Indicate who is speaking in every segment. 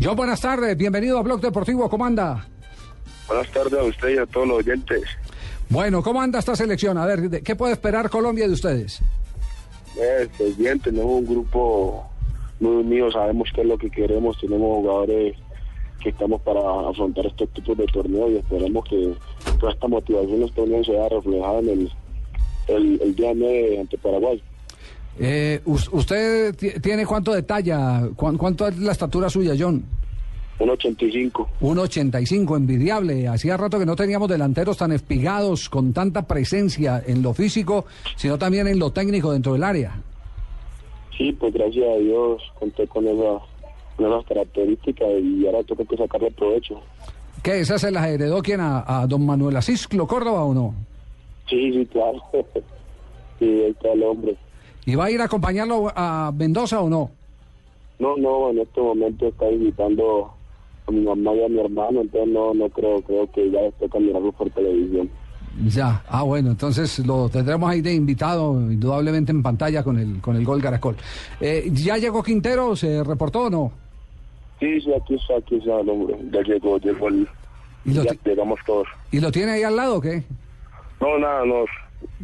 Speaker 1: John, buenas tardes. Bienvenido a Blog Deportivo. ¿Cómo anda?
Speaker 2: Buenas tardes a usted y a todos los oyentes.
Speaker 1: Bueno, ¿cómo anda esta selección? A ver, ¿de- ¿qué puede esperar Colombia de ustedes?
Speaker 2: Eh, pues bien, tenemos un grupo muy unido, sabemos qué es lo que queremos, tenemos jugadores que estamos para afrontar estos tipos de torneos y esperemos que toda esta motivación de los torneos se vea reflejada en el, el, el día 9 ante Paraguay.
Speaker 1: Eh, us- ¿Usted ti- tiene cuánto de talla? ¿Cuán- ¿Cuánto es la estatura suya, John?
Speaker 2: 1.85.
Speaker 1: 1.85, envidiable. Hacía rato que no teníamos delanteros tan espigados, con tanta presencia en lo físico, sino también en lo técnico dentro del área.
Speaker 2: Sí, pues gracias a Dios conté con, esa, con esas características y ahora tengo que sacarle provecho.
Speaker 1: ¿Qué? ¿Esa se las heredó quién? ¿A, a don Manuel Asisclo Córdoba o no?
Speaker 2: Sí, sí, claro. sí, ahí está el hombre.
Speaker 1: ¿Y va a ir a acompañarlo a Mendoza o no?
Speaker 2: No, no, en este momento está visitando a mi mamá y a mi hermano, entonces no, no creo, creo que ya les toca mirarlo por televisión.
Speaker 1: Ya, ah bueno, entonces lo tendremos ahí de invitado, indudablemente en pantalla con el, con el gol Caracol. Eh, ¿Ya llegó Quintero? ¿Se reportó o no?
Speaker 2: Sí, sí, aquí está, aquí está el hombre, ya llegó, llegó el,
Speaker 1: ¿Y lo,
Speaker 2: ya
Speaker 1: ti-
Speaker 2: llegamos todos.
Speaker 1: y lo tiene ahí al lado o qué?
Speaker 2: No, nada, no,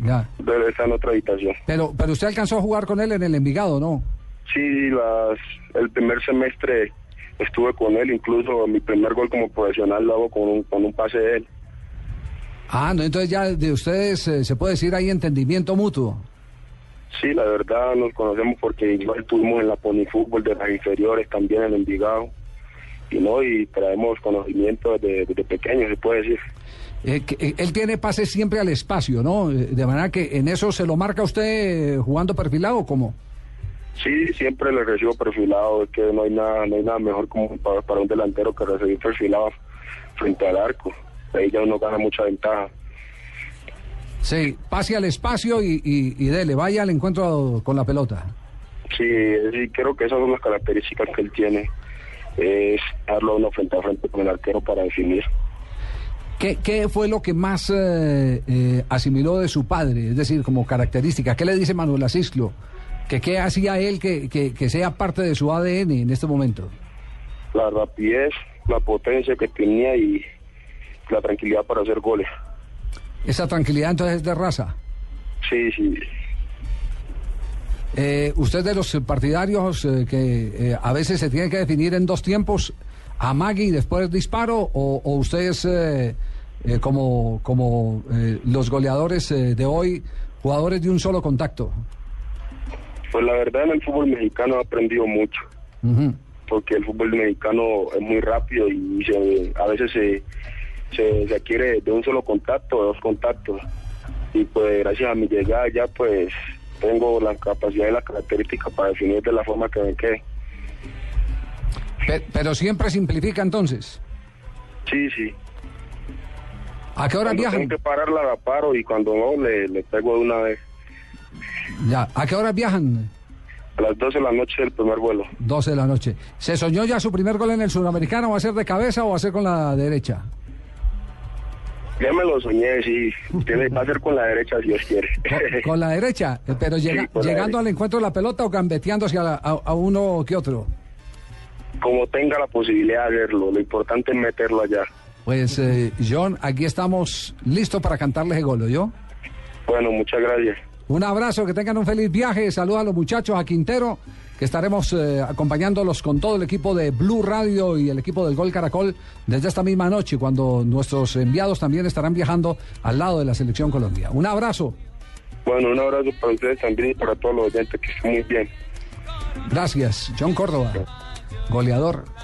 Speaker 1: Ya.
Speaker 2: pero está en otra habitación.
Speaker 1: Pero, pero usted alcanzó a jugar con él en el Envigado, ¿no?
Speaker 2: Sí, las, el primer semestre estuve con él, incluso mi primer gol como profesional lo hago con un, con un pase de él.
Speaker 1: Ah, no, entonces ya de ustedes eh, se puede decir ahí entendimiento mutuo.
Speaker 2: Sí, la verdad nos conocemos porque igual estuvimos en la ponifútbol de las inferiores, también en Envigado, y no, y traemos conocimiento desde, desde pequeños, se puede decir.
Speaker 1: Eh, que- eh, él tiene pases siempre al espacio, ¿no? Eh, De manera que en eso se lo marca usted eh, jugando perfilado, ¿cómo?
Speaker 2: Sí, siempre le recibo perfilado, es que no hay nada, no hay nada mejor como para, para un delantero que recibir perfilado frente al arco. Ahí ya uno gana mucha ventaja.
Speaker 1: Sí, pase al espacio y, y, y dele, vaya al encuentro con la pelota.
Speaker 2: Sí, sí, creo que esas son las características que él tiene. Es darlo a uno frente a frente con el arquero para definir.
Speaker 1: ¿Qué, qué fue lo que más eh, eh, asimiló de su padre? Es decir, como característica. ¿Qué le dice Manuel Asislo? ¿Que ¿Qué hacía él que, que, que sea parte de su ADN en este momento?
Speaker 2: La rapidez, la potencia que tenía y la tranquilidad para hacer goles.
Speaker 1: Esa tranquilidad entonces es de raza.
Speaker 2: Sí, sí.
Speaker 1: Eh, usted es de los partidarios eh, que eh, a veces se tiene que definir en dos tiempos, amague y después disparo, o, o usted es eh, eh, como, como eh, los goleadores eh, de hoy, jugadores de un solo contacto.
Speaker 2: Pues la verdad en el fútbol mexicano he aprendido mucho.
Speaker 1: Ujú.
Speaker 2: porque el fútbol mexicano es muy rápido y se- a veces se, se, se adquiere de un solo contacto, de dos contactos. Y pues gracias a mi llegada ya pues tengo la capacidad y la característica para definir de la forma que me quede.
Speaker 1: Pe- pero siempre simplifica entonces.
Speaker 2: Sí, sí.
Speaker 1: ¿A qué hora
Speaker 2: Cuando
Speaker 1: viajan?
Speaker 2: tengo que pararla la paro y cuando no le, le pego de una vez.
Speaker 1: Ya, ¿A qué hora viajan?
Speaker 2: A las 12 de la noche el primer vuelo.
Speaker 1: 12 de la noche. ¿Se soñó ya su primer gol en el suramericano? ¿Va a ser de cabeza o va a ser con la derecha?
Speaker 2: Ya me lo soñé, sí. Tiene, va a ser con la derecha si Dios quiere.
Speaker 1: Con, con la derecha, eh, pero llega-
Speaker 2: Sí, con la
Speaker 1: llegando
Speaker 2: derecha.
Speaker 1: al encuentro de la pelota o gambeteando hacia la- a, a uno que otro.
Speaker 2: Como tenga la posibilidad de hacerlo, lo importante es meterlo allá.
Speaker 1: Pues eh, John, aquí estamos listos para cantarles el gol, yo?
Speaker 2: Bueno, muchas gracias.
Speaker 1: Un abrazo, que tengan un feliz viaje. Saluda a los muchachos, a Quintero, que estaremos eh, acompañándolos con todo el equipo de Blue Radio y el equipo del Gol Caracol desde esta misma noche, cuando nuestros enviados también estarán viajando al lado de la Selección Colombia. Un abrazo.
Speaker 2: Bueno, un abrazo para ustedes también y para todos los oyentes que estén muy bien.
Speaker 1: Gracias, John Córdoba, goleador